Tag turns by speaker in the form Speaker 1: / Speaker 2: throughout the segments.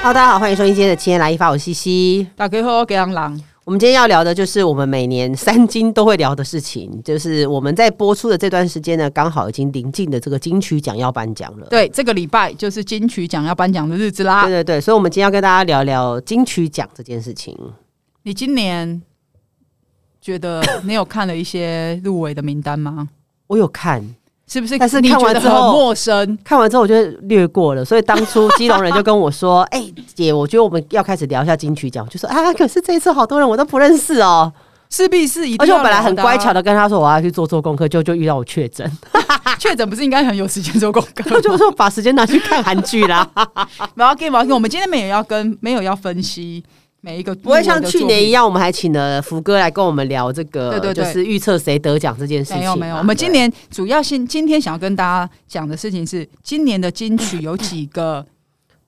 Speaker 1: Hello，大家好，欢迎收听今天的《七天来一发》，我是西西。
Speaker 2: 大家好，给人狼。
Speaker 1: 我们今天要聊的就是我们每年三金都会聊的事情，就是我们在播出的这段时间呢，刚好已经临近的这个金曲奖要颁奖了。
Speaker 2: 对，这啊个礼拜就是金曲奖要颁奖的日子啦
Speaker 1: 对。对对，所以我们今天要跟大家聊聊金曲奖这件事情。
Speaker 2: 你今年觉得你有看了一些入围的名单吗？
Speaker 1: 我有看，
Speaker 2: 是不是？
Speaker 1: 但是
Speaker 2: 你
Speaker 1: 看
Speaker 2: 觉
Speaker 1: 完
Speaker 2: 得
Speaker 1: 之
Speaker 2: 很
Speaker 1: 后
Speaker 2: 陌生，
Speaker 1: 看完之后我就略过了，所以当初基隆人就跟我说：“哎、姐，我觉得我们要开始聊一下金曲奖。”我就说：“啊，可是这一次好多人我都不认识哦。
Speaker 2: 势必是一”
Speaker 1: 而
Speaker 2: 定
Speaker 1: 且
Speaker 2: 要
Speaker 1: 我本来很乖巧
Speaker 2: 的
Speaker 1: 的跟他说我要去做做功课，就就遇到我确 诊，
Speaker 2: 啊。确诊不是应该很有时间做功课
Speaker 1: 我就说把时间拿去看韩剧啦，
Speaker 2: 不要给，不要给。我们今天没有要跟，没有要分析每一个，
Speaker 1: 不会像去年一。样，我们还请了福哥来跟我们聊这个，
Speaker 2: 对对对
Speaker 1: 就是预测谁得奖这件事情嘛。啊
Speaker 2: 没有没有，我们今年主要先今天想要跟大家讲的事情是，今年的金曲有几个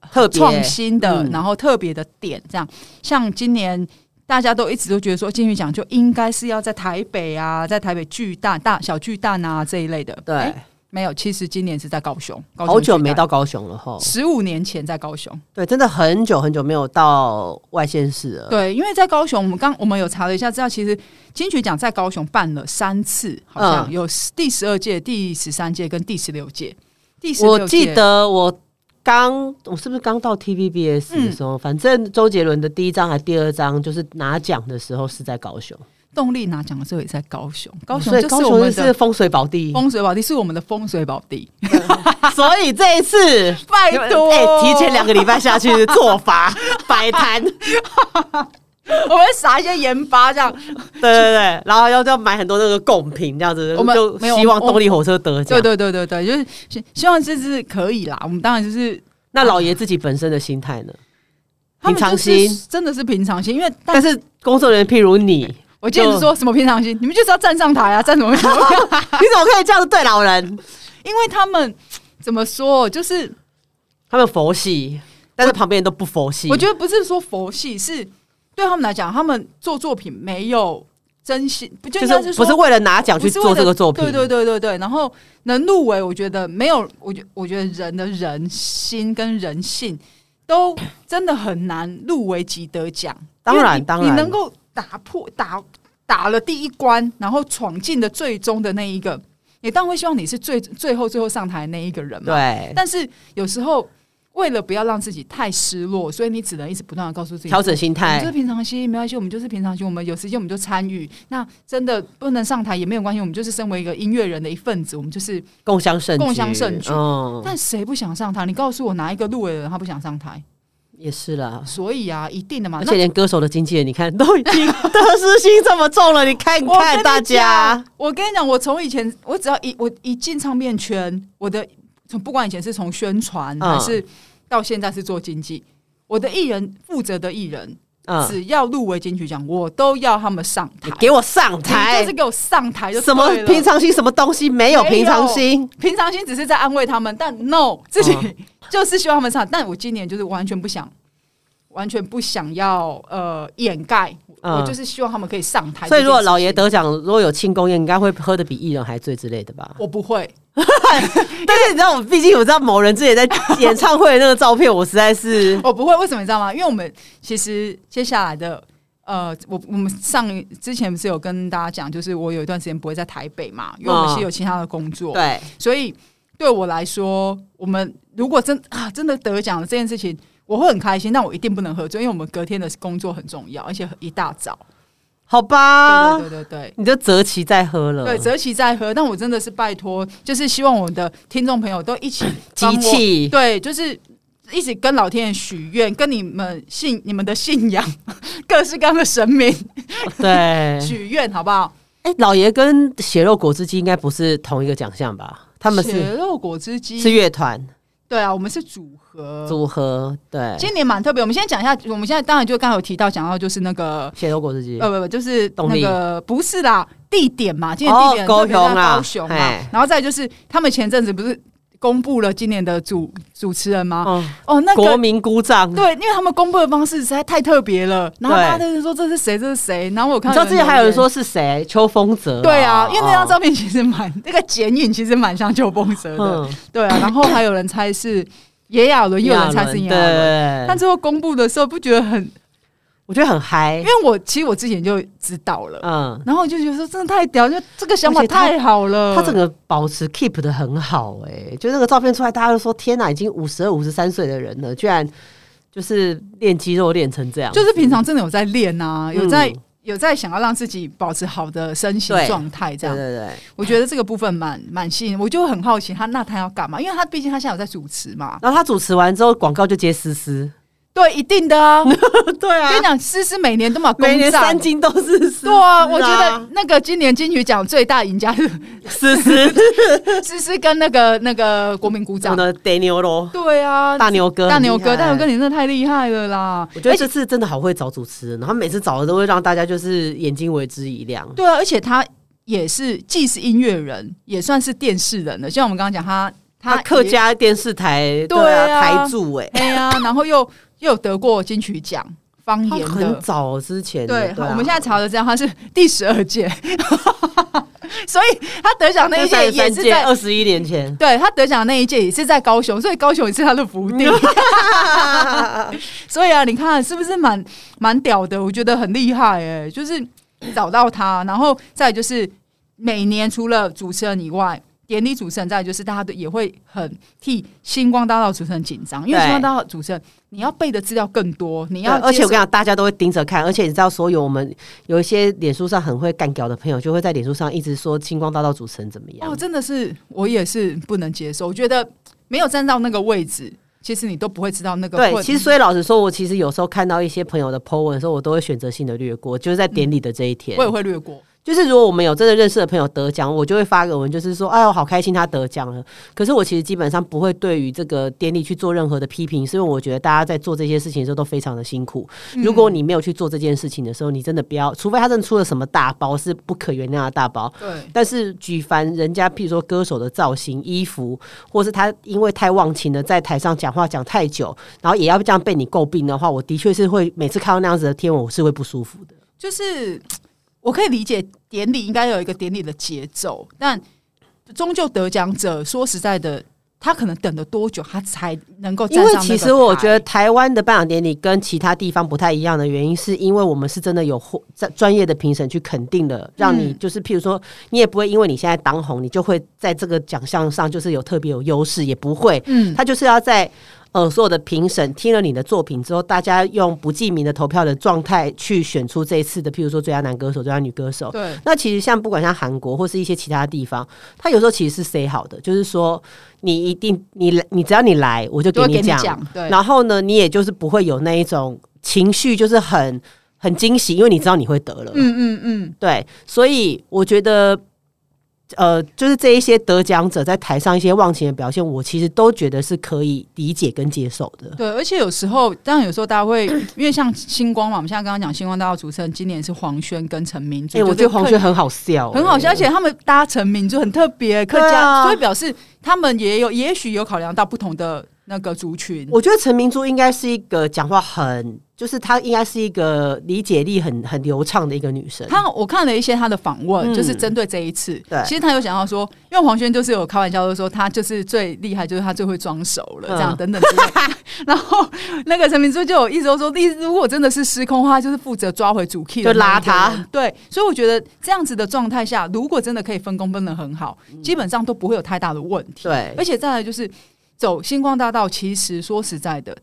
Speaker 1: 对特别
Speaker 2: 创新的，
Speaker 1: 嗯
Speaker 2: 然后特别的点，这样像今年。大家都一直都觉得说金曲奖就应该是要在台北啊，在台北巨蛋、大小巨蛋啊这一类的。
Speaker 1: 对、
Speaker 2: 诶没有，其实今年是在高雄，高雄
Speaker 1: 好久没到高雄了哈，
Speaker 2: 十五年前在高雄。
Speaker 1: 对，真的很久很久没有到外县市了。
Speaker 2: 对，因为在高雄，我们刚我们有查了一下资料，其实金曲奖在高雄办了三次，好
Speaker 1: 嗯
Speaker 2: 像、有第十二届、第十三届跟第十六届。第十六
Speaker 1: 我
Speaker 2: 届
Speaker 1: 记得我刚，我是不是刚到 TVBS 的时
Speaker 2: 嗯
Speaker 1: 候？反正周杰伦的第一张还第二张，就是拿奖的时候是在高雄，
Speaker 2: 动力拿奖的时候也在高雄，高
Speaker 1: 哦
Speaker 2: 雄
Speaker 1: 所以
Speaker 2: 就
Speaker 1: 高
Speaker 2: 是我
Speaker 1: 雄
Speaker 2: 们
Speaker 1: 是
Speaker 2: 的
Speaker 1: 风水宝地，
Speaker 2: 风水宝地，是我们的风水宝地。
Speaker 1: 所以这一 次。
Speaker 2: 拜托，
Speaker 1: 哎提前两个礼拜下去做法摆摊，对
Speaker 2: 我们撒一些盐巴这样，
Speaker 1: 对对，然后要要买很多那个贡品这样子，
Speaker 2: 我们
Speaker 1: 就
Speaker 2: 没有
Speaker 1: 希望
Speaker 2: 我们
Speaker 1: 动力火车得奖
Speaker 2: 对。对对对对，就是希希望这次可以啦。我们当然就是
Speaker 1: 那老爷自己本身的心态呢？
Speaker 2: 他们
Speaker 1: 平常
Speaker 2: 就是
Speaker 1: 心
Speaker 2: 真的是平常心，因为
Speaker 1: 但
Speaker 2: 但
Speaker 1: 是工作人员，譬如 你，你
Speaker 2: 我记得
Speaker 1: 就是
Speaker 2: 说什么平常心，你们就是要站上台啊，站什么什么，
Speaker 1: 怎么可以这样子对老人？
Speaker 2: 因为他们怎么说，就是
Speaker 1: 他们佛系，但是旁边人都不佛系。
Speaker 2: 我觉得不是说佛系，是对他们来讲，他们做作品没有真心，不就应该
Speaker 1: 就是
Speaker 2: 说
Speaker 1: 不是为了拿奖
Speaker 2: 不
Speaker 1: 去
Speaker 2: 是为
Speaker 1: 做
Speaker 2: 了
Speaker 1: 这个作品，
Speaker 2: 对对对对对。然后能入围，我觉得没有，我觉我觉得人的人心跟人性都真的很难入围即得奖。
Speaker 1: 当然
Speaker 2: 因为你
Speaker 1: 当然
Speaker 2: 你能够打破打打了第一关，然后闯进的最终的那一个，你当然会希望你是最最后最后上台的那一个人嘛。
Speaker 1: 对
Speaker 2: 但是有时候为了不要让自己太失落，所以你只能一直不断的告诉自己
Speaker 1: 调整心
Speaker 2: 我们
Speaker 1: 态
Speaker 2: 就是。平常心，没关系，我们就是平常心，我们有时间我们就参与。那真的不能上台也没有关系，我们就是身为一个音乐人的一份子，我们就是。
Speaker 1: 共襄盛举，
Speaker 2: 共襄盛举
Speaker 1: 嗯，
Speaker 2: 但谁不想上台？你告诉我哪一个入围的人他不想上台？
Speaker 1: 也是啦。
Speaker 2: 所以啊，一定的嘛。
Speaker 1: 而
Speaker 2: 那
Speaker 1: 且连歌手的经纪人，你看都已经 得失心这么重了，你看
Speaker 2: 我跟
Speaker 1: 看
Speaker 2: 你
Speaker 1: 大家
Speaker 2: 讲，我跟你讲，我从以前我只要一我一进唱片圈，我的从不管以前是从宣传
Speaker 1: 嗯
Speaker 2: 还是到现在是做经济，我的艺人负责的艺人，
Speaker 1: 嗯，
Speaker 2: 只要入围金曲奖，我都要他们上台
Speaker 1: 你。给我上
Speaker 2: 你
Speaker 1: 台
Speaker 2: 就是，给我上台就
Speaker 1: 什么
Speaker 2: 对了
Speaker 1: 平常心，什么东西没有
Speaker 2: 没有
Speaker 1: 平常心，
Speaker 2: 平常心只是在安慰他们，但 no 自己、
Speaker 1: 嗯
Speaker 2: 就是希望他们上。但我今年就是完全不想，完全不想要呃掩盖，
Speaker 1: 嗯
Speaker 2: 我就是希望他们可以上台。
Speaker 1: 所以如果
Speaker 2: 这件事
Speaker 1: 老爷得奖，如果有庆功宴，应该会喝的比艺人还醉之类的 吧？
Speaker 2: 我不会，
Speaker 1: 但是你知道，我毕竟我知道某人之前在演唱会的那个照片，我实在是
Speaker 2: 我不会，为什么你知道吗？因为我们其实接下来的。呃，我我们上之前不是有跟大家讲，就是我有一段时间不会在台北嘛，因
Speaker 1: 嗯
Speaker 2: 为我们是有其他的工作，
Speaker 1: 对
Speaker 2: 所以对我来说，我们如果真啊真的得奖了这件事情，我会很开心，但我一定不能喝醉，因为我们隔天的工作很重要，而且一大早。
Speaker 1: 好吧？
Speaker 2: 对对对对
Speaker 1: 你就择其再喝了，
Speaker 2: 对，对择其在喝。但我真的是拜托，就是希望我们的听众朋友都一起帮
Speaker 1: 集
Speaker 2: 我，
Speaker 1: 气。
Speaker 2: 对，就是。一起跟老天爷许愿，跟你们信你们的信仰， 各式各样的神明
Speaker 1: 对，哎、
Speaker 2: 许愿，好不好？
Speaker 1: 老爷跟血肉果汁机应该不是同一个奖项吧？他们
Speaker 2: 血
Speaker 1: 是
Speaker 2: 肉果汁机
Speaker 1: 是乐团
Speaker 2: 对啊，我们是组合，
Speaker 1: 组合，对，
Speaker 2: 今年蛮特别。我们先讲一下，我们现在当然就刚才有提到，讲到就是那个
Speaker 1: 血肉果汁机
Speaker 2: 呃，不不，就是
Speaker 1: 动
Speaker 2: 那
Speaker 1: 力
Speaker 2: 个不是啦，地点嘛，今年地点
Speaker 1: 哦
Speaker 2: 特别在
Speaker 1: 高雄啦
Speaker 2: 高雄嘛
Speaker 1: 嘿，
Speaker 2: 然后再就是他们前阵子不是公布了今年的主主持人吗？
Speaker 1: 哦，
Speaker 2: 哦，那
Speaker 1: 国
Speaker 2: 个。
Speaker 1: 民鼓掌。
Speaker 2: 对，因为他们公布的方式实在太特别了，然后
Speaker 1: 对
Speaker 2: 大家都是说这是谁，这是谁，然后我
Speaker 1: 你
Speaker 2: 看
Speaker 1: 知道之前还有人
Speaker 2: 留言
Speaker 1: 说，是谁？邱风泽哦。
Speaker 2: 对啊，因为那张
Speaker 1: 哦
Speaker 2: 照片其实蛮，那个剪影其实蛮像旧风蛇的，
Speaker 1: 嗯，
Speaker 2: 对啊，然后还有人猜是炎亚纶又有人猜是
Speaker 1: 对，
Speaker 2: 炎亚纶，但最后公布的时候不觉得很，
Speaker 1: 我觉得很嗨
Speaker 2: 因，为我其实我之前就知道了，
Speaker 1: 嗯，
Speaker 2: 然后我就觉得说真的太屌，就这个想法
Speaker 1: 而且他
Speaker 2: 太好了。
Speaker 1: 他整个保持 keep 的很好、哎，就那个照片出来，大家都说天哪，已经五十二、五十三岁的人了，居然就是练肌肉练成这样，
Speaker 2: 就是平常真的有在练啊，
Speaker 1: 嗯
Speaker 2: 有在、有在想要让自己保持好的身形
Speaker 1: 对
Speaker 2: 状态，这
Speaker 1: 对
Speaker 2: 样
Speaker 1: 对对，
Speaker 2: 我觉得这个部分蛮蛮吸引，我就很好奇他那他要干嘛？因为他毕竟他现在有在主持嘛，
Speaker 1: 然后他主持完之后，广告就接思 思，
Speaker 2: 对，一定 的啊。跟
Speaker 1: 对
Speaker 2: 你，讲，诗诗每年都嘛
Speaker 1: 每年
Speaker 2: 攻占
Speaker 1: 三金都是思思、
Speaker 2: 对啊，我觉得那个今年金曲奖最大赢家是
Speaker 1: 思思
Speaker 2: 诗诗跟那个那个国民鼓
Speaker 1: 长
Speaker 2: 掌。
Speaker 1: 的 Daniel 咯，
Speaker 2: 对啊，
Speaker 1: 大牛哥，
Speaker 2: 大牛哥，大牛哥，
Speaker 1: 你。
Speaker 2: 你真的太厉害了啦！
Speaker 1: 我觉得
Speaker 2: 而且
Speaker 1: 这次真的好会找主持人，他每次找的都会让大家就是眼睛为之一亮。
Speaker 2: 对啊，而且他也是既是音乐人，也算是电视人了。就像我们刚刚讲，他
Speaker 1: 他
Speaker 2: 也
Speaker 1: 客家电视台
Speaker 2: 对
Speaker 1: 对
Speaker 2: 啊
Speaker 1: 啊台柱哎、
Speaker 2: 哎 呀，然后又又有得过金曲奖方
Speaker 1: 他
Speaker 2: 言
Speaker 1: 很
Speaker 2: 的，
Speaker 1: 早之前的
Speaker 2: 对，
Speaker 1: 对啊、
Speaker 2: 我们现在查的这样，他是第十二届， 所以他得奖那一届
Speaker 1: 在
Speaker 2: 也
Speaker 1: 三
Speaker 2: 是
Speaker 1: 届
Speaker 2: 在。，
Speaker 1: 二十一年前
Speaker 2: 对他得奖那一届也是在高雄，所以高雄也是他的福 地。所以啊，你看是不是蛮蛮屌的？我觉得很厉害哎、就是找到他，然后再来就是每年除了主持人以外，典礼主持人，再来就是大家都也会很替星光大道主持人紧张，因为
Speaker 1: 对
Speaker 2: 星光大道主持人你要背的资料更多， 你
Speaker 1: 对啊
Speaker 2: 要
Speaker 1: 而且我跟你
Speaker 2: 接受
Speaker 1: 讲，大家都会盯着看，而且你知道，所有我们有一些脸书上很会干掉的朋友，就会在脸书上一直说星光大道主持人怎么样。
Speaker 2: 哦，真的是我也是不能接受，我觉得没有站到那个位置，其实你都不会知道那个
Speaker 1: 对，
Speaker 2: 混
Speaker 1: 其实所以老实说，我其实有时候看到一些朋友的 po 文的时候，我都会选择性的略过，就是在典礼的这一天。
Speaker 2: 嗯我也会略过。
Speaker 1: 就是如果我们有真的认识的朋友得奖，我就会发个文，就是说，哎呦，好开心他得奖了。可是我其实基本上不会对于这个典礼去做任何的批评，是因为我觉得大家在做这些事情的时候都非常的辛苦。如果你没有去做这件事情的时候，你真的不要，除非他真的出了什么大包是不可原谅的大包。
Speaker 2: 对，
Speaker 1: 但是举凡人家，譬如说歌手的造型、衣服，或是他因为太忘情的在台上讲话讲太久，然后也要这样被你诟病的话，我的确是会每次看到那样子的天文，我是会不舒服的。
Speaker 2: 就是我可以理解典礼应该有一个典礼的节奏，但终究得奖者说实在的，他可能等了多久，他才能够站
Speaker 1: 因
Speaker 2: 上
Speaker 1: 为
Speaker 2: 那个
Speaker 1: 其实我觉得
Speaker 2: 台
Speaker 1: 台湾的颁奖典礼跟其他地方不太一样的原因，是因为我们是真的有获专专业的评审去肯定了，让你
Speaker 2: 嗯
Speaker 1: 就是譬如说，你也不会因为你现在当红，你就会在这个奖项上就是有特别有优势，也不会，
Speaker 2: 嗯，
Speaker 1: 他就是要在。呃，所有的评审听了你的作品之后，大家用不记名的投票的状态去选出这一次的，譬如说最佳男歌手、最佳女歌手，
Speaker 2: 对
Speaker 1: 那其实像不管像韩国或是一些其他地方，他有时候其实是 say 好的，就是说你一定你来你只要你来，我就
Speaker 2: 就
Speaker 1: 给
Speaker 2: 会
Speaker 1: 你
Speaker 2: 给你
Speaker 1: 讲。
Speaker 2: 讲，对，
Speaker 1: 然后呢，你也就是不会有那一种情绪，就是很很惊喜，因为你知道你会得了。
Speaker 2: 嗯嗯嗯，
Speaker 1: 对，所以我觉得。呃，就是这一些得奖者在台上一些忘情的表现，我其实都觉得是可以理解跟接受的。
Speaker 2: 对，而且有时候，当然有时候大家会，因为像星光嘛，我们现在刚刚讲星光大道主持人，今年是黄轩跟陈明珠，
Speaker 1: 哎、我
Speaker 2: 就是
Speaker 1: 觉得黄
Speaker 2: 客
Speaker 1: 轩很好笑、哎
Speaker 2: 很好笑，而且他们搭成名就很特别，客
Speaker 1: 对
Speaker 2: 家，
Speaker 1: 啊
Speaker 2: 所以表示他们也有，也许有考量到不同的那个族群，
Speaker 1: 我觉得陈明珠应该是一个讲话很，就是她应该是一个理解力很很流畅的一个女生。
Speaker 2: 他我看了一些他的访问，
Speaker 1: 嗯
Speaker 2: 就是针对这一次。
Speaker 1: 对
Speaker 2: 其实他有想要说，因为黄轩就是有开玩笑就说他就是最厉害，就是他最会装熟了，
Speaker 1: 嗯
Speaker 2: 这样等等之类的。 然后那个陈明珠就有一直说，意思如果真的是失控的话，他就是负责抓回主 key，的
Speaker 1: 就拉他
Speaker 2: 那一个人。对，所以我觉得这样子的状态下，如果真的可以分工分得很好，
Speaker 1: 嗯
Speaker 2: 基本上都不会有太大的问题。
Speaker 1: 对
Speaker 2: 而且再来就是走星光大道，其实说实在的，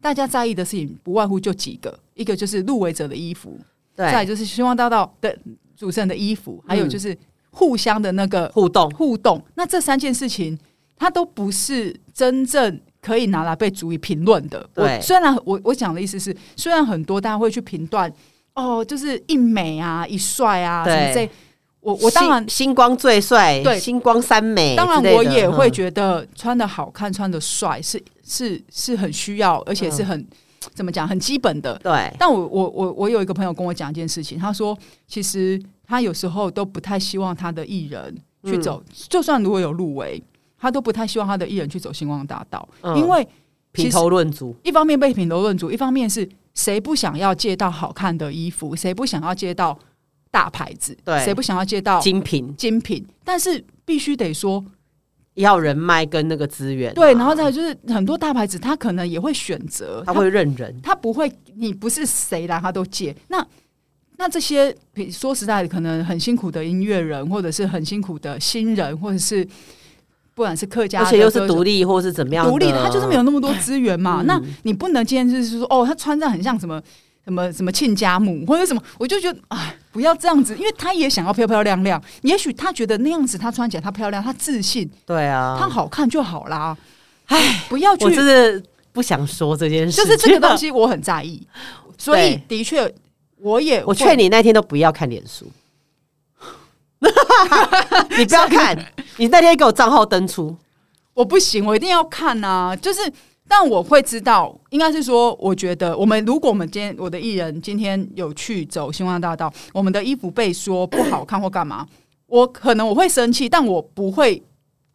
Speaker 2: 大家在意的事情不外乎就几个，一个就是入围者的衣服。再来
Speaker 1: 对，
Speaker 2: 就是星光大道的主持人的衣服，还有
Speaker 1: 嗯
Speaker 2: 就是互相的那个
Speaker 1: 互动
Speaker 2: 互动。那这三件事情，它都不是真正可以拿来被足以评论的。我
Speaker 1: 对
Speaker 2: 虽然我我讲的意思是，虽然很多大家会去评断，哦，就是一美啊，一帅啊，什
Speaker 1: 对
Speaker 2: 么这，我我当然
Speaker 1: 星。星光最帅，
Speaker 2: 对
Speaker 1: 星光三美之类
Speaker 2: 当
Speaker 1: 的，嗯
Speaker 2: 然，我也会
Speaker 1: 得
Speaker 2: 觉得穿的好看、穿的帅是是是很需要，而且是
Speaker 1: 嗯
Speaker 2: 很、怎么讲，很基本的。
Speaker 1: 对，
Speaker 2: 但我我我我有一个朋友跟我讲一件事情，他说其实他有时候都不太希望他的艺人
Speaker 1: 嗯
Speaker 2: 去走，就算如果有入围，他都不太希望他的艺人去走星光大道，
Speaker 1: 嗯
Speaker 2: 因为其
Speaker 1: 评
Speaker 2: 实
Speaker 1: 头论足，
Speaker 2: 一方面被品头论足，一方面是谁不想要借到好看的衣服，谁不想要借到大牌子，
Speaker 1: 对
Speaker 2: 谁不想要借到
Speaker 1: 精品
Speaker 2: 精品，但是必须得说。
Speaker 1: 要人脉跟那个资源啊、
Speaker 2: 对，然后再来就是很多大牌子，他可能也会选择，
Speaker 1: 他会认人，
Speaker 2: 他不会，你不是谁来他都接。那那这些，比说实在的，可能很辛苦的音乐人，或者是很辛苦的新人，或者是不管是客家
Speaker 1: 而
Speaker 2: 的歌手，
Speaker 1: 且又是独立或是怎么样
Speaker 2: 独立的，他就是没有那么多资源嘛。
Speaker 1: 嗯
Speaker 2: 那你不能今天就是说，哦，他穿着很像什么。什么什么亲家母或者什么，我就觉得啊，不要这样子，因为他也想要漂漂亮亮。也许他觉得那样子，他穿起来他漂亮，他自信，
Speaker 1: 对啊，
Speaker 2: 他好看就好啦。唉，不要去
Speaker 1: 我真的不想说这件事，
Speaker 2: 就是这个东。西我很在意，所以
Speaker 1: 对
Speaker 2: 的确我也
Speaker 1: 我
Speaker 2: 会
Speaker 1: 劝你那天都不要看脸 书，你不要看，你那天给我账号登出，
Speaker 2: 我不行，我一定要看啊！就是，但我会知道，应该是说，我觉得我们如果我们今天我的艺人今天有去走星光大道，我们的衣服被说不好看或干嘛，我可能我会生气，但我不会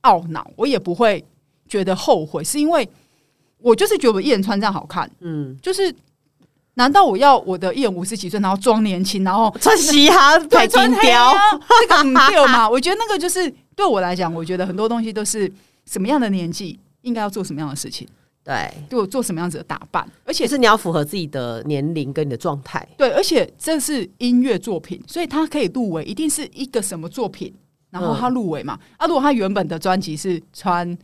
Speaker 2: 懊恼，我也不会觉得后悔，是因为我就是觉得我艺人穿这样好看，
Speaker 1: 嗯，
Speaker 2: 就是。难道我要我的艺人五十几岁，然后装年轻，然后
Speaker 1: 穿嘻哈
Speaker 2: 对
Speaker 1: 拍金雕，
Speaker 2: 这啊个很对嘛？我觉得那个就是对我来讲，我觉得很多东西都是什么样的年纪应该要做什么样的事情，
Speaker 1: 对，
Speaker 2: 对我做什么样子的打扮，而且
Speaker 1: 其实你要符合自己的年龄跟你的状态，
Speaker 2: 对，而且这是音乐作品，所以它可以入围，一定是一个什么作品，然后
Speaker 1: 嗯
Speaker 2: 它入围嘛。啊，如果他原本的专辑是穿。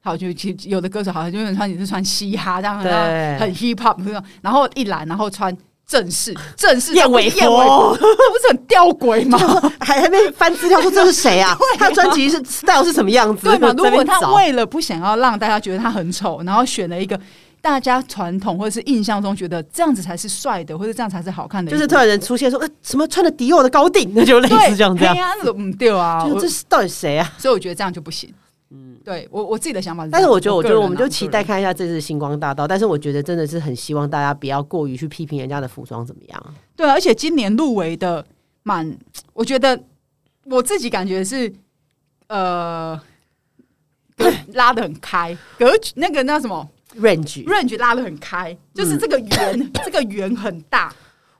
Speaker 2: 好，就其实有的歌手好像就是穿也是穿嘻哈这样，
Speaker 1: 对
Speaker 2: 然后很 hip hop 这种，然后一来，然后穿正式，正式
Speaker 1: 燕尾服
Speaker 2: 燕尾服， 这不是很吊诡 吗？
Speaker 1: 还还没翻资料说这是谁 啊？他的专辑是 style 是什么样子？
Speaker 2: 对嘛？
Speaker 1: 我在
Speaker 2: 如
Speaker 1: 那
Speaker 2: 果
Speaker 1: 边
Speaker 2: 他
Speaker 1: 找
Speaker 2: 为了不想要让大家觉得他很丑，然后选了一个大家传统或者是印象中觉得这样子才是帅的，或者这样才是好看的衣
Speaker 1: 就
Speaker 2: 服，
Speaker 1: 是突然人出现说，呃，什么穿的迪奥的高定，那 就类
Speaker 2: 对
Speaker 1: 似这样这样
Speaker 2: 嘿，啊那种嗯，对啊，
Speaker 1: 就
Speaker 2: 我
Speaker 1: 这是到底谁啊？
Speaker 2: 所以我觉得这样就不行。嗯，对我我自己的想法是这
Speaker 1: 但
Speaker 2: 样，
Speaker 1: 是我觉得，我觉
Speaker 2: 个
Speaker 1: 得
Speaker 2: 人啊
Speaker 1: 我们就期待
Speaker 2: 个
Speaker 1: 看一下这次星光大道。但是我觉得真的是很希望大家不要过于去批评人家的服装怎么样。
Speaker 2: 人对啊，而且今年入围的蛮，我觉得我自己感觉是 呃。格拉的很开，格局那个那什么
Speaker 1: range，
Speaker 2: range 拉的很开，就是这个圆，这个圆很大，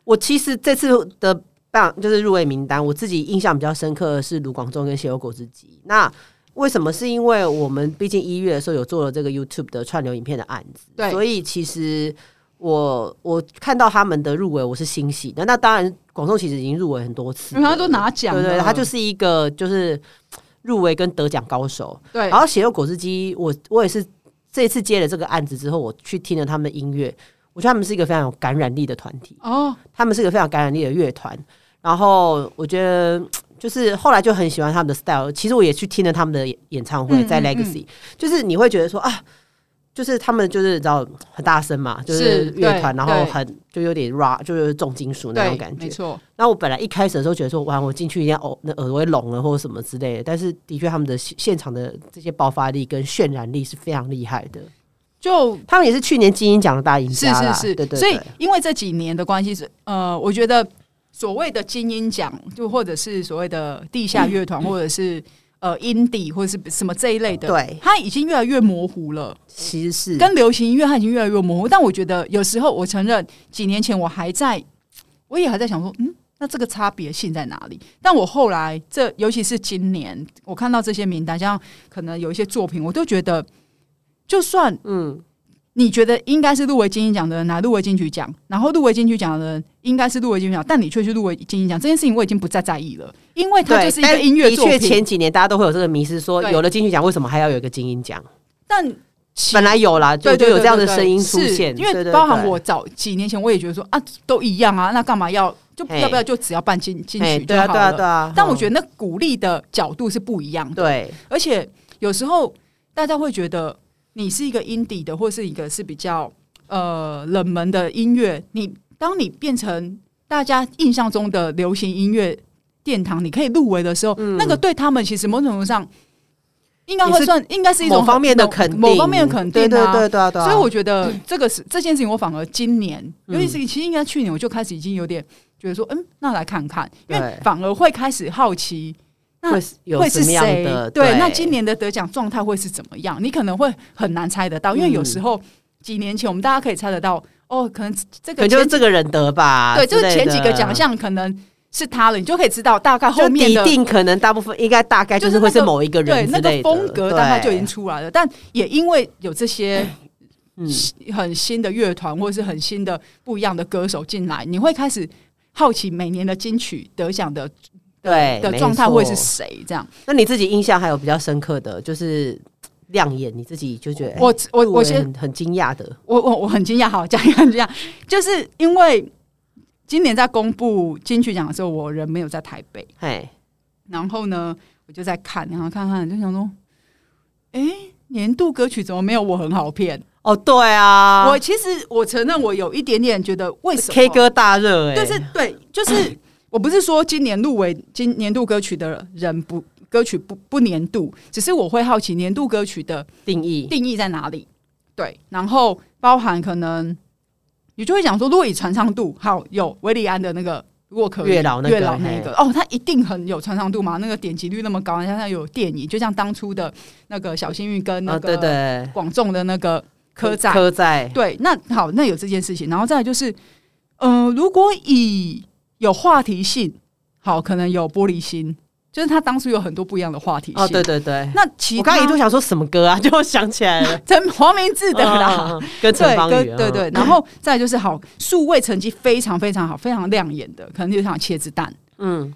Speaker 1: 我其实这次的棒就是入围名单，我自己印象比较深刻的是卢广仲跟谢有果汁机。那为什么？是因为我们毕竟一月的时候有做了这个 YouTube 的串流影片的案子，
Speaker 2: 对
Speaker 1: 所以其实我我看到他们的入围，我是欣喜的。那当然，广仲其实已经入围很多次
Speaker 2: 因
Speaker 1: 了，
Speaker 2: 为他都拿奖了，
Speaker 1: 对对，他就是一个就是入围跟得奖高手。
Speaker 2: 对
Speaker 1: 然后血肉果汁机，我我也是这次接了这个案子之后，我去听了他们的音乐，我觉得他们是一个非常有感染力的团体，
Speaker 2: 哦，
Speaker 1: 他们是一个非常有感染力的乐团。然后我觉得就是后来就很喜欢他们的 style，其实我也去听了他们的演演唱会，
Speaker 2: 嗯
Speaker 1: 在
Speaker 2: 嗯嗯
Speaker 1: Legacy，、就是你会觉得说啊。就是他们就是你知道很大声嘛，就是
Speaker 2: 是
Speaker 1: 乐团，
Speaker 2: 对
Speaker 1: 然后
Speaker 2: 对
Speaker 1: 很就有点 rock，就是重金属那
Speaker 2: 对，
Speaker 1: 种感觉
Speaker 2: 没。错，
Speaker 1: 那我本来一开始的时候觉得说，哇，我进去一定要耳那耳朵会聋了或者什么之类的，但是的确他们的现现场的这些爆发力跟渲染力是非常厉害的。
Speaker 2: 就
Speaker 1: 他们也是去年金鹰奖的大赢
Speaker 2: 是
Speaker 1: 家
Speaker 2: 是
Speaker 1: 啦
Speaker 2: 是，
Speaker 1: 对对对，
Speaker 2: 所以因为这几年的关系是，呃，我觉得所谓的精英奖，就或者是所谓的地下乐团，或者是呃 indie 或者是什么这一类的，
Speaker 1: 嗯对
Speaker 2: 它已经越来越模糊了。
Speaker 1: 其实是
Speaker 2: 跟流行音乐它已经越来越模糊。但我觉得有时候，我承认几年前我还在，我也还在想说，嗯，那这个差别性在哪里？但我后来这，尤其是今年，我看到这些名单，像可能有一些作品，我都觉得，就算
Speaker 1: 嗯，
Speaker 2: 你觉得应该是入围金鹰奖的人拿入围金曲奖，然后入围金曲奖的人应该是入围金曲奖，但你却去入围金鹰奖，这件事情我已经不再在意了，因为它
Speaker 1: 对，
Speaker 2: 就是一个
Speaker 1: 但
Speaker 2: 音乐
Speaker 1: 的
Speaker 2: 作
Speaker 1: 确，
Speaker 2: 品，
Speaker 1: 前几年大家都会有这个迷失，说
Speaker 2: 对
Speaker 1: 有了金曲奖，为什么还要有一个金鹰奖？
Speaker 2: 但其
Speaker 1: 本来有啦，就
Speaker 2: 对
Speaker 1: 就
Speaker 2: 对，
Speaker 1: 有这样的
Speaker 2: 对对
Speaker 1: 声音出
Speaker 2: 是
Speaker 1: 现，
Speaker 2: 因为
Speaker 1: 对对
Speaker 2: 包含
Speaker 1: 对
Speaker 2: 我早几年前我也觉得说啊，都一样啊，那干嘛要就
Speaker 1: 嘿
Speaker 2: 要不要就只要办金金
Speaker 1: 哎
Speaker 2: 曲就
Speaker 1: 对
Speaker 2: 好
Speaker 1: 啊
Speaker 2: 了？
Speaker 1: 对啊对啊，
Speaker 2: 但我觉
Speaker 1: 得
Speaker 2: 得那鼓励的角度是不一样的，
Speaker 1: 对啊
Speaker 2: 而且有时候大家会觉得你是一个 indie 的，或是一个是比较呃冷门的音乐，你当你变成大家印象中的流行音乐殿堂，你可以入围的时候，那个对他们其实某种程度上。应该
Speaker 1: 嗯也
Speaker 2: 会
Speaker 1: 是
Speaker 2: 算，应该是一种
Speaker 1: 嗯某方面的肯定，
Speaker 2: 某方面的肯定、
Speaker 1: 对
Speaker 2: 啊，
Speaker 1: 对对对啊对啊，嗯
Speaker 2: 所以我觉得这个是这件事情，我反而今年，尤其是其实应该去年我就开始已经有点觉得说，嗯，那来看看，因为
Speaker 1: 对
Speaker 2: 反而会开始好奇那
Speaker 1: 会是有
Speaker 2: 会
Speaker 1: 什
Speaker 2: 是
Speaker 1: 么样
Speaker 2: 谁
Speaker 1: 的，
Speaker 2: 对，那今年的得奖状态会是怎么样？你可能会很难猜得到，因为有时
Speaker 1: 嗯
Speaker 2: 候几年前我们大家可以猜得到，哦，可能这
Speaker 1: 可
Speaker 2: 个
Speaker 1: 能就是
Speaker 2: 前
Speaker 1: 这个人得吧，啊
Speaker 2: 对，就是
Speaker 1: 之类
Speaker 2: 前几个
Speaker 1: 的
Speaker 2: 奖项可能是他了，你就可以知道大概后
Speaker 1: 就
Speaker 2: 面
Speaker 1: 一
Speaker 2: 的
Speaker 1: 定可能大部分应该大概就是会
Speaker 2: 就
Speaker 1: 是
Speaker 2: 是那个
Speaker 1: 某一个
Speaker 2: 对
Speaker 1: 人之
Speaker 2: 那
Speaker 1: 类的，
Speaker 2: 个风格大概就已经
Speaker 1: 对
Speaker 2: 出来了。但也因为有这些
Speaker 1: 嗯
Speaker 2: 新很新的乐团或是很新的不一样的歌手进来，你会开始好奇每年的金曲得奖的
Speaker 1: 对
Speaker 2: 的
Speaker 1: 没
Speaker 2: 状态会是
Speaker 1: 错
Speaker 2: 谁这样。
Speaker 1: 那你自己印象还有比较深刻的，就是亮眼，你自己就觉得哎
Speaker 2: 我我
Speaker 1: 入
Speaker 2: 我
Speaker 1: 围
Speaker 2: 先
Speaker 1: 很很惊讶的，
Speaker 2: 我我我很惊讶，好讲一个很惊讶，就是因为今年在公布金曲奖的时候，我人没有在台北，
Speaker 1: 哎，
Speaker 2: 然后呢，我就在看，然后看看就想说，哎、年度歌曲怎么没有我很好骗？
Speaker 1: 哦，对啊，
Speaker 2: 我其实我承认我有一点点觉得为什么
Speaker 1: K 歌大热哎、
Speaker 2: 但是对，就是我不是说今年入围今年度歌曲的人不歌曲不不年度，只是我会好奇年度歌曲的
Speaker 1: 定义
Speaker 2: 定义在哪里？对，然后包含可能你就会想说，如果以传唱度，好有维利安的那个，如果可以
Speaker 1: 月老那个
Speaker 2: 月老那个，哦，他一定很有传唱度嘛，那个点击率那么高，像他有电影，就像当初的那个小幸运跟那
Speaker 1: 啊，对
Speaker 2: 个
Speaker 1: 对，
Speaker 2: 广众的那个科仔，
Speaker 1: 科在
Speaker 2: 对，那好，那有这件事情，然后再来就是，呃，如果以有话题性，好，可能有玻璃心，就是他当初有很多不一样的话题性。
Speaker 1: 哦，对对对。
Speaker 2: 那其
Speaker 1: 我
Speaker 2: 他
Speaker 1: 刚刚一度想说什么歌啊， 就想起来 了，
Speaker 2: 陈黄明志的啦，
Speaker 1: 嗯，嗯嗯跟
Speaker 2: 对
Speaker 1: 陈芳
Speaker 2: 跟
Speaker 1: 宇，嗯
Speaker 2: 对对，然后再来就是好数位成绩非常非常好，非常亮眼的，可能就像茄子蛋，
Speaker 1: 嗯，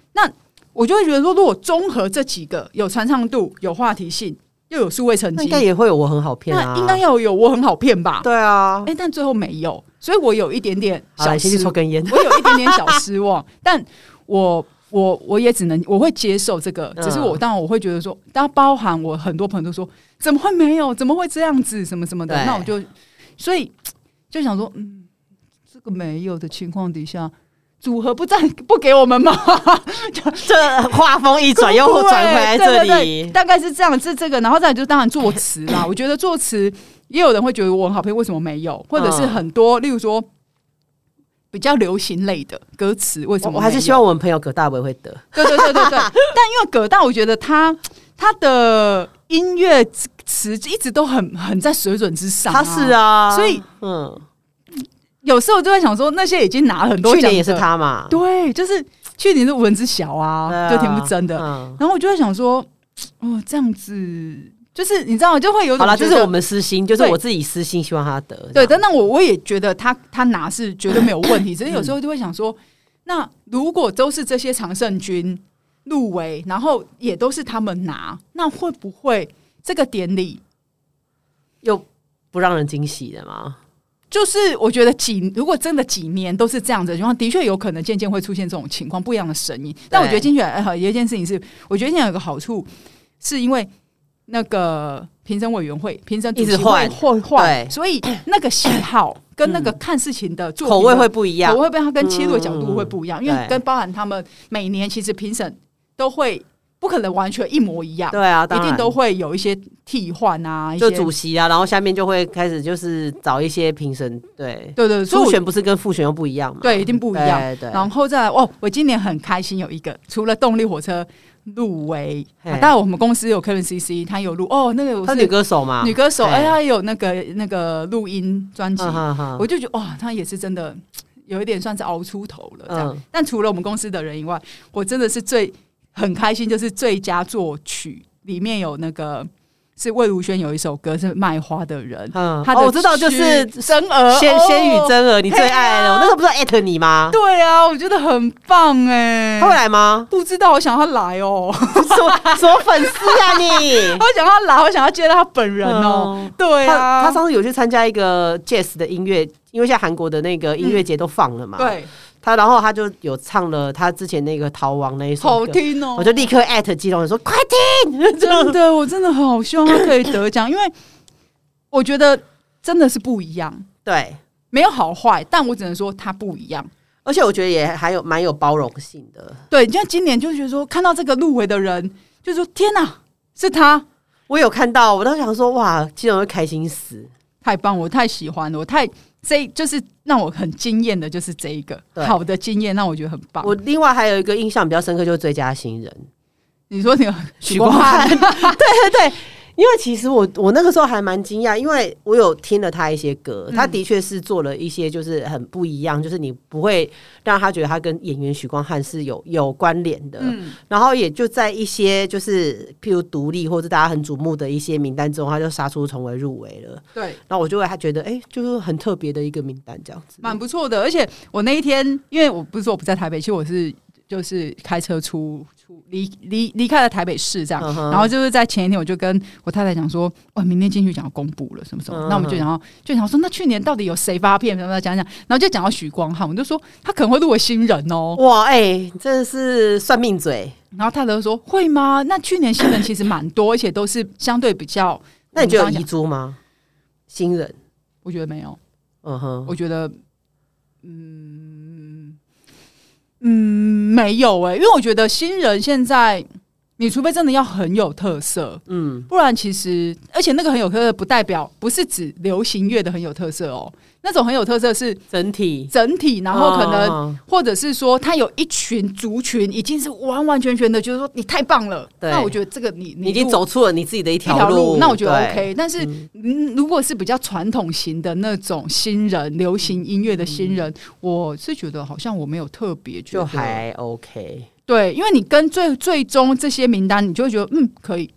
Speaker 2: 我就会觉得说，如果综合这几个有传唱度、有话题性，又有数位成
Speaker 1: 那
Speaker 2: 绩
Speaker 1: 应，该也会有我很好骗啊，
Speaker 2: 那应该要有我很好骗吧？
Speaker 1: 对啊
Speaker 2: 哎、。但最后没有，所以我有一点点
Speaker 1: 好了，
Speaker 2: 小
Speaker 1: 你先
Speaker 2: 失
Speaker 1: 去抽根 烟。
Speaker 2: 我有一点点小失 望，但我我我也只能我会接受这个，只是
Speaker 1: 嗯
Speaker 2: 我当然我会觉得说，当包含我很多朋友都说，怎么会没有？怎么会这样子？什么什么的？
Speaker 1: 对
Speaker 2: 那我就所以就想说，嗯，这个没有的情况底下。组合不在不给我们吗？
Speaker 1: 这画风一转，又
Speaker 2: 哭哭欸
Speaker 1: 转回来
Speaker 2: 对
Speaker 1: 这
Speaker 2: 对对
Speaker 1: 里。
Speaker 2: 大概是这样，这这个，然后再来就当然作词 啦。我觉得作词也有人会觉得我很好配，为什么没有？或者是
Speaker 1: 嗯
Speaker 2: 很多，例如说比较流行类的歌词，为什
Speaker 1: 我
Speaker 2: 么
Speaker 1: 我还是
Speaker 2: 没有
Speaker 1: 希望我们朋友葛大为会得。
Speaker 2: 对对 对对对。但因为葛大，我觉得他他的音乐词一直都很很在水准之上、
Speaker 1: 他是，啊，
Speaker 2: 所以
Speaker 1: 嗯，
Speaker 2: 有时候就在想说，那些已经拿了很多
Speaker 1: 去
Speaker 2: 奖
Speaker 1: 年也是
Speaker 2: 的，
Speaker 1: 他嘛，
Speaker 2: 对，就是去年是文之小啊，
Speaker 1: 对啊
Speaker 2: 就田馥甄的。
Speaker 1: 嗯
Speaker 2: 然后我就会想说，哦，这样子就是你知道，就会有
Speaker 1: 好了，
Speaker 2: 就
Speaker 1: 这是我们私心，就是
Speaker 2: 对
Speaker 1: 我自己私心希望他得。
Speaker 2: 对，
Speaker 1: 这样
Speaker 2: 但那我我也觉得他他拿是绝对没有 问题，只是有时候就会想说，那如果都是这些常胜军入围，然后也都是他们拿，那会不会这个典礼
Speaker 1: 又不让人惊喜的嘛。
Speaker 2: 就是我觉得几如果真的几年都是这样子的情况，的确有可能渐渐会出现这种情况，不一样的声音。但我觉得金曲奖呃有一件事情是，我觉得现在有个好处，是因为那个评审委员会、评审主席
Speaker 1: 一直换
Speaker 2: 会换，
Speaker 1: 对嗯
Speaker 2: 所以那个喜 好跟那个看事情的作品
Speaker 1: 口味会不一
Speaker 2: 我
Speaker 1: 样
Speaker 2: 口，味被它跟切入的角度会不一样，
Speaker 1: 嗯
Speaker 2: 因为
Speaker 1: 对
Speaker 2: 跟包含他们每年其实评审都会不可能完全一模一样，
Speaker 1: 对啊，
Speaker 2: 一
Speaker 1: 当
Speaker 2: 定
Speaker 1: 然
Speaker 2: 都会有一些替换啊，一
Speaker 1: 就
Speaker 2: 些
Speaker 1: 主席啊，然后下面就会开始就是找一些评审，对，
Speaker 2: 对对，所以
Speaker 1: 初
Speaker 2: 我
Speaker 1: 选不是跟复选又不一样嘛？
Speaker 2: 对一定不一样。
Speaker 1: 对对，
Speaker 2: 然后再来哦，我今年很开心有一个，除了动力火车入围，
Speaker 1: 嘿
Speaker 2: 啊当然我们公司有 Kevin CC，他有录哦，那个我
Speaker 1: 她
Speaker 2: 是
Speaker 1: 女歌手嘛，
Speaker 2: 女歌手，
Speaker 1: 嘿
Speaker 2: 哎，她也有那个那个录音专辑，
Speaker 1: 嗯哼哼
Speaker 2: 我就觉得哇，她也是真的有一点算是熬出头了这样。
Speaker 1: 嗯
Speaker 2: 但除了我们公司的人以外，我真的是最很开心，就是最佳作曲里面有那个是魏如萱有一首歌是《卖花的人》，
Speaker 1: 嗯，
Speaker 2: 她的
Speaker 1: 哦，我知道，就是
Speaker 2: 曲生儿
Speaker 1: 仙
Speaker 2: 哦
Speaker 1: 仙女真儿，你最爱
Speaker 2: 嘿
Speaker 1: 的，我
Speaker 2: 啊
Speaker 1: 那时候不是艾特你吗？
Speaker 2: 对啊，我觉得很棒哎、？
Speaker 1: 他会来吗
Speaker 2: 不知道，我想要来哦，
Speaker 1: 什么什么粉丝啊你？
Speaker 2: 我想要来，我想要见到他本人哦。
Speaker 1: 嗯
Speaker 2: 对啊，
Speaker 1: 他他上次有去参加一个 Jazz 的音乐，因为现在韩国的那个音乐节都放了嘛。，
Speaker 2: 对
Speaker 1: 他然后他就有唱了他之前那个《逃亡》那一首
Speaker 2: 好
Speaker 1: 歌，
Speaker 2: 听哦，
Speaker 1: 我就立刻艾特基隆人说快听，
Speaker 2: 真的，我真的好希望他可以得奖，因为我觉得真的是不一样，
Speaker 1: 对，
Speaker 2: 没有好坏，但我只能说他不一样。
Speaker 1: 而且我觉得也还有蛮有包容性的。
Speaker 2: 对，像今年就觉得说，看到这个入围的人，就说天哪、是他，
Speaker 1: 我有看到，我当时想说哇，基隆会开心死，
Speaker 2: 太棒，我太喜欢了，我太这就是让我很惊艳的，就是这一个
Speaker 1: 对
Speaker 2: 好的经验，让我觉得很棒。
Speaker 1: 我另外还有一个印象比较深刻，就是最佳新人
Speaker 2: 你说你
Speaker 1: 许光汉，对对对，因为其实我我那个时候还蛮惊讶，因为我有听了他一些歌，
Speaker 2: 嗯
Speaker 1: 他的确是做了一些就是很不一样，就是你不会让他觉得他跟演员许光汉是有有关联的。
Speaker 2: 嗯，
Speaker 1: 然后也就在一些就是譬如独立或者大家很瞩目的一些名单中，他就杀出重围入围了。
Speaker 2: 对，
Speaker 1: 然后我就会他觉得哎、诶就是很特别的一个名单这样子。
Speaker 2: 蛮不错的。而且我那一天，因为我不是说我不在台北，其实我是就是开车出出离离离开了台北市这样。
Speaker 1: 嗯哼
Speaker 2: 然后就是在前一天，我就跟我太太讲说，哇，明天金曲奖要公布了，什么什么。
Speaker 1: 嗯
Speaker 2: 那我们就想要就想说，那去年到底有谁发片，什么讲讲。然后就讲到许光汉，我就说他可能会入围新人哦。
Speaker 1: 哇，哎、真的是算命嘴。
Speaker 2: 然后太太就说会吗？那去年新人其实蛮多，而且都是相对比较。
Speaker 1: 那你觉得有
Speaker 2: 我们刚刚
Speaker 1: 遗
Speaker 2: 讲
Speaker 1: 珠吗？新人，
Speaker 2: 我觉得没有。
Speaker 1: 嗯哼，
Speaker 2: 我觉得，嗯嗯，没有哎、因为我觉得新人现在，你除非真的要很有特色，
Speaker 1: 嗯，
Speaker 2: 不然其实，而且那个很有特色，不代表不是指流行乐的很有特色哦，那种很有特色是
Speaker 1: 整体，
Speaker 2: 整体，然后可能。
Speaker 1: 哦
Speaker 2: 或者是说，他有一群族群已经是完完全全的，就是说你太棒了。
Speaker 1: 对
Speaker 2: 那我觉得这个你
Speaker 1: 你已经
Speaker 2: 入
Speaker 1: 走出了你自己的一
Speaker 2: 一条
Speaker 1: 路，
Speaker 2: 路，那我觉得
Speaker 1: 对
Speaker 2: OK。但是，嗯，如果是比较传统型的那种新人，流行音乐的新人，我是觉得好像我没有特别觉
Speaker 1: 就
Speaker 2: 得
Speaker 1: 还 OK。
Speaker 2: 对，因为你跟最最终这些名单，你就会觉得嗯可以，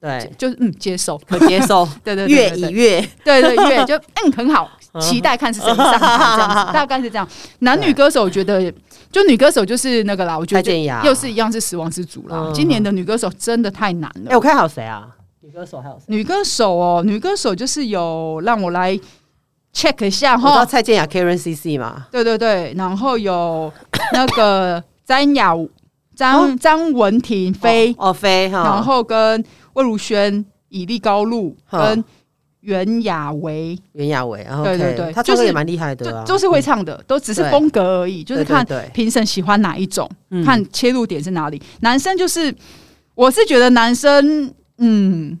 Speaker 1: 对，
Speaker 2: 就是嗯接受，
Speaker 1: 可接 受，
Speaker 2: 对对对
Speaker 1: 越
Speaker 2: 对
Speaker 1: 以
Speaker 2: 对
Speaker 1: 越
Speaker 2: 对对对，就嗯很好，期待看是谁上台这样子，大概是这样。男女歌手我觉得，就女歌手就是那个啦，我觉
Speaker 1: 蔡
Speaker 2: 得就
Speaker 1: 健雅
Speaker 2: 又是一样是死亡之组啦
Speaker 1: 嗯。
Speaker 2: 今年的女歌手真的太难了
Speaker 1: 哎、。我看还有谁啊？女歌手还有谁？
Speaker 2: 女歌手哦，女歌手就是有让我来 check 一下
Speaker 1: 我知道
Speaker 2: 哈，
Speaker 1: 蔡健雅、Karen、CC 嘛，
Speaker 2: 对对对，然后有那个 詹雅张张文婷飞，
Speaker 1: 哦哦哦飞哈，
Speaker 2: 然后跟魏如萱、以利高露
Speaker 1: 哈
Speaker 2: 跟袁雅维，
Speaker 1: 袁娅维，然后
Speaker 2: 对
Speaker 1: K,
Speaker 2: 对对
Speaker 1: 他唱歌
Speaker 2: 就是
Speaker 1: 也蛮厉害
Speaker 2: 就
Speaker 1: 的、啊，
Speaker 2: 都是会唱的，都只是
Speaker 1: 对
Speaker 2: 风格而已，就是
Speaker 1: 对对
Speaker 2: 看
Speaker 1: 对
Speaker 2: 评审喜欢哪一种，
Speaker 1: 嗯
Speaker 2: 看切入点是哪里。男生就是，我是觉得男生，嗯，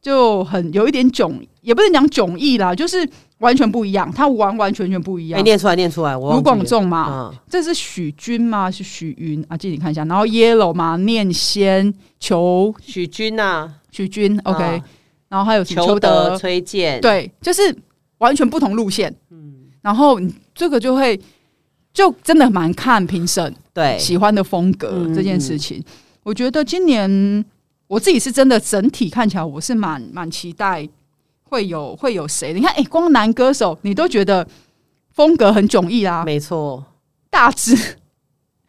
Speaker 2: 就很有一点迥，也不能讲迥异啦，就是完全不一样，他完完全全不一
Speaker 1: 哎、
Speaker 2: 样。
Speaker 1: 念出来念出来，我
Speaker 2: 卢
Speaker 1: 忘记
Speaker 2: 广
Speaker 1: 了
Speaker 2: 仲嘛，
Speaker 1: 啊，
Speaker 2: 这是许君吗？是许云啊，记得你看一下。然后 Yellow 嘛，念先、裘
Speaker 1: 许君啊
Speaker 2: 许君，OK、
Speaker 1: 啊
Speaker 2: 然后还有什么
Speaker 1: 裘德、
Speaker 2: 呃德，
Speaker 1: 崔健，，
Speaker 2: 对，就是完全不同路线。
Speaker 1: 嗯，
Speaker 2: 然后你这个就会就真的蛮看评审
Speaker 1: 对，
Speaker 2: 喜欢的风格
Speaker 1: 嗯
Speaker 2: 这件事情。我觉得今年我自己是真的整体看起来，我是蛮蛮期待会有会有谁的。你看，哎、光男歌手你都觉得风格很迥异啦，
Speaker 1: 没错，
Speaker 2: 大致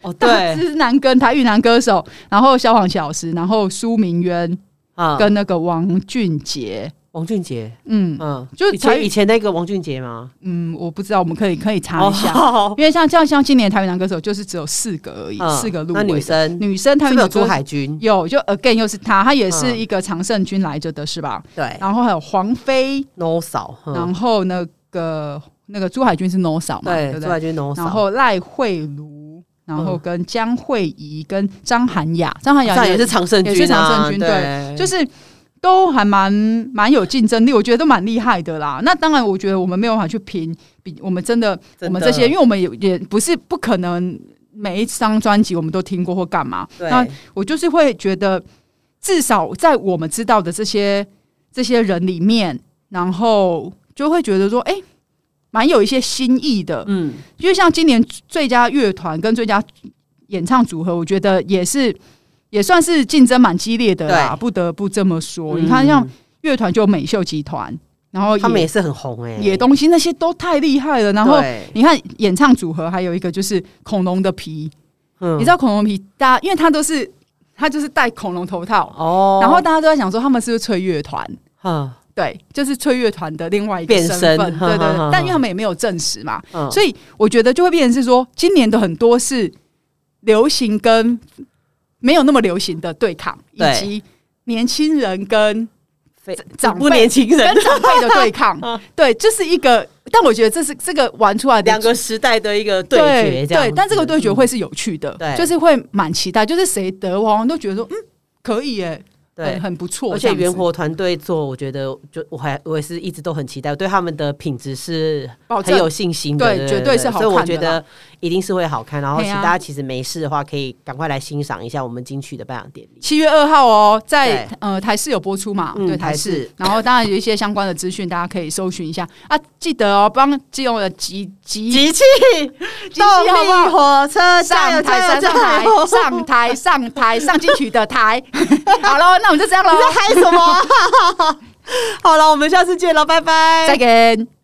Speaker 1: 哦对
Speaker 2: 啊大，致男跟台语男歌手，然后萧煌奇老师，然后苏明渊
Speaker 1: 啊，
Speaker 2: 跟那个王俊杰，
Speaker 1: 王俊杰，
Speaker 2: 嗯
Speaker 1: 嗯，
Speaker 2: 就是
Speaker 1: 以
Speaker 2: 台
Speaker 1: 前
Speaker 2: 语
Speaker 1: 以前那个王俊杰吗？
Speaker 2: 嗯，我不知道，我们可以可以查一下。
Speaker 1: 哦
Speaker 2: 因为像像像今年台湾男歌手就是只有四个而已，
Speaker 1: 嗯
Speaker 2: 四个入
Speaker 1: 那
Speaker 2: 围的。
Speaker 1: 女生
Speaker 2: 女生台
Speaker 1: 是
Speaker 2: 湾
Speaker 1: 不是有朱
Speaker 2: 女歌
Speaker 1: 海军？
Speaker 2: 有就 again 又是她，她也是
Speaker 1: 嗯
Speaker 2: 一个常胜军来着的是吧？
Speaker 1: 对
Speaker 2: 然后还有黄飞，
Speaker 1: ，No 嫂，嗯
Speaker 2: 然后那个那个朱海军是 no 少嘛，对
Speaker 1: 对，
Speaker 2: 不
Speaker 1: 朱
Speaker 2: 对
Speaker 1: 海？军 No 嫂，
Speaker 2: 然后赖慧茹，然后跟江慧仪跟张涵雅，张涵
Speaker 1: 这
Speaker 2: 雅
Speaker 1: 样也是常胜军、啊，
Speaker 2: 也是常胜军
Speaker 1: 对，
Speaker 2: 就是都还蛮蛮有竞争力，我觉得都蛮厉害的啦。那当然，我觉得我们没有办法去评比，我们真的
Speaker 1: 真的
Speaker 2: 我们这些，因为我们也也不是不可能每一张专辑我们都听过或干嘛。
Speaker 1: 对
Speaker 2: 那我就是会觉得，至少在我们知道的这些这些人里面，然后就会觉得说，哎、蛮有一些新意的，
Speaker 1: 嗯，
Speaker 2: 因为像今年最佳乐团跟最佳演唱组合，我觉得也是也算是竞争蛮激烈的啦，
Speaker 1: 对
Speaker 2: 不得不这么说。
Speaker 1: 嗯
Speaker 2: 你看，像乐团就有美秀集团，然后
Speaker 1: 他们也
Speaker 2: 野
Speaker 1: 是很红哎、
Speaker 2: 野东西那些都太厉害了。然后
Speaker 1: 对
Speaker 2: 你看演唱组合，还有一个就是恐龙的皮，
Speaker 1: 嗯
Speaker 2: 你知道恐龙皮，大家因为他都是他就是戴恐龙头套，
Speaker 1: 哦，
Speaker 2: 然后大家都在想说他们是不是吹乐团。
Speaker 1: 啊，
Speaker 2: 对，就是吹乐团的另外一个
Speaker 1: 变
Speaker 2: 身
Speaker 1: 身
Speaker 2: 份，对
Speaker 1: 哈
Speaker 2: 对
Speaker 1: 哈哈
Speaker 2: 对，但因为他们也没有证实嘛，
Speaker 1: 嗯
Speaker 2: 所以我觉得就会变成是说，今年的很多是流行跟没有那么流行的对抗，以
Speaker 1: 对
Speaker 2: 及年轻人跟
Speaker 1: 非
Speaker 2: 长
Speaker 1: 不
Speaker 2: 辈
Speaker 1: 年轻人
Speaker 2: 跟长辈的对抗。对，就是一个，但我觉得这是这个玩出来的
Speaker 1: 嗯两个时代的一个对
Speaker 2: 对
Speaker 1: 决，这样
Speaker 2: 对，
Speaker 1: 子
Speaker 2: 但这个对决会是有趣的
Speaker 1: 嗯，对
Speaker 2: 就是会蛮期待，就是谁得，往往都觉得说，嗯，可以耶，
Speaker 1: 对
Speaker 2: 很。很不
Speaker 1: 而
Speaker 2: 错这
Speaker 1: 且
Speaker 2: 样子。
Speaker 1: 元活团队做，我觉得就我还我也是一直都很期待，我对他们的品质是
Speaker 2: 保
Speaker 1: 很
Speaker 2: 证
Speaker 1: 有信心的，
Speaker 2: 对
Speaker 1: 对
Speaker 2: 绝对是好
Speaker 1: 所以我
Speaker 2: 看
Speaker 1: 觉
Speaker 2: 的
Speaker 1: 得一定是会好看。然后，
Speaker 2: 对
Speaker 1: 请
Speaker 2: 啊
Speaker 1: 大家其实没事的话，可以赶快来欣赏一下我们金曲的颁奖典 礼。
Speaker 2: 七月二号哦，在
Speaker 1: 对
Speaker 2: 呃台视有播出嘛？
Speaker 1: 嗯
Speaker 2: 对
Speaker 1: 台
Speaker 2: 台
Speaker 1: 视
Speaker 2: 视，然后当然有一些相关的资讯，大家可以搜寻一下啊。记得哦，帮基隆的集集集
Speaker 1: 集气，
Speaker 2: 气好不好？
Speaker 1: 火车
Speaker 2: 上台上台 上台上台上进去的台， 好喽，那我们就这样喽，
Speaker 1: 嗨什么？好了，我们下次见了，拜拜。
Speaker 2: 再见。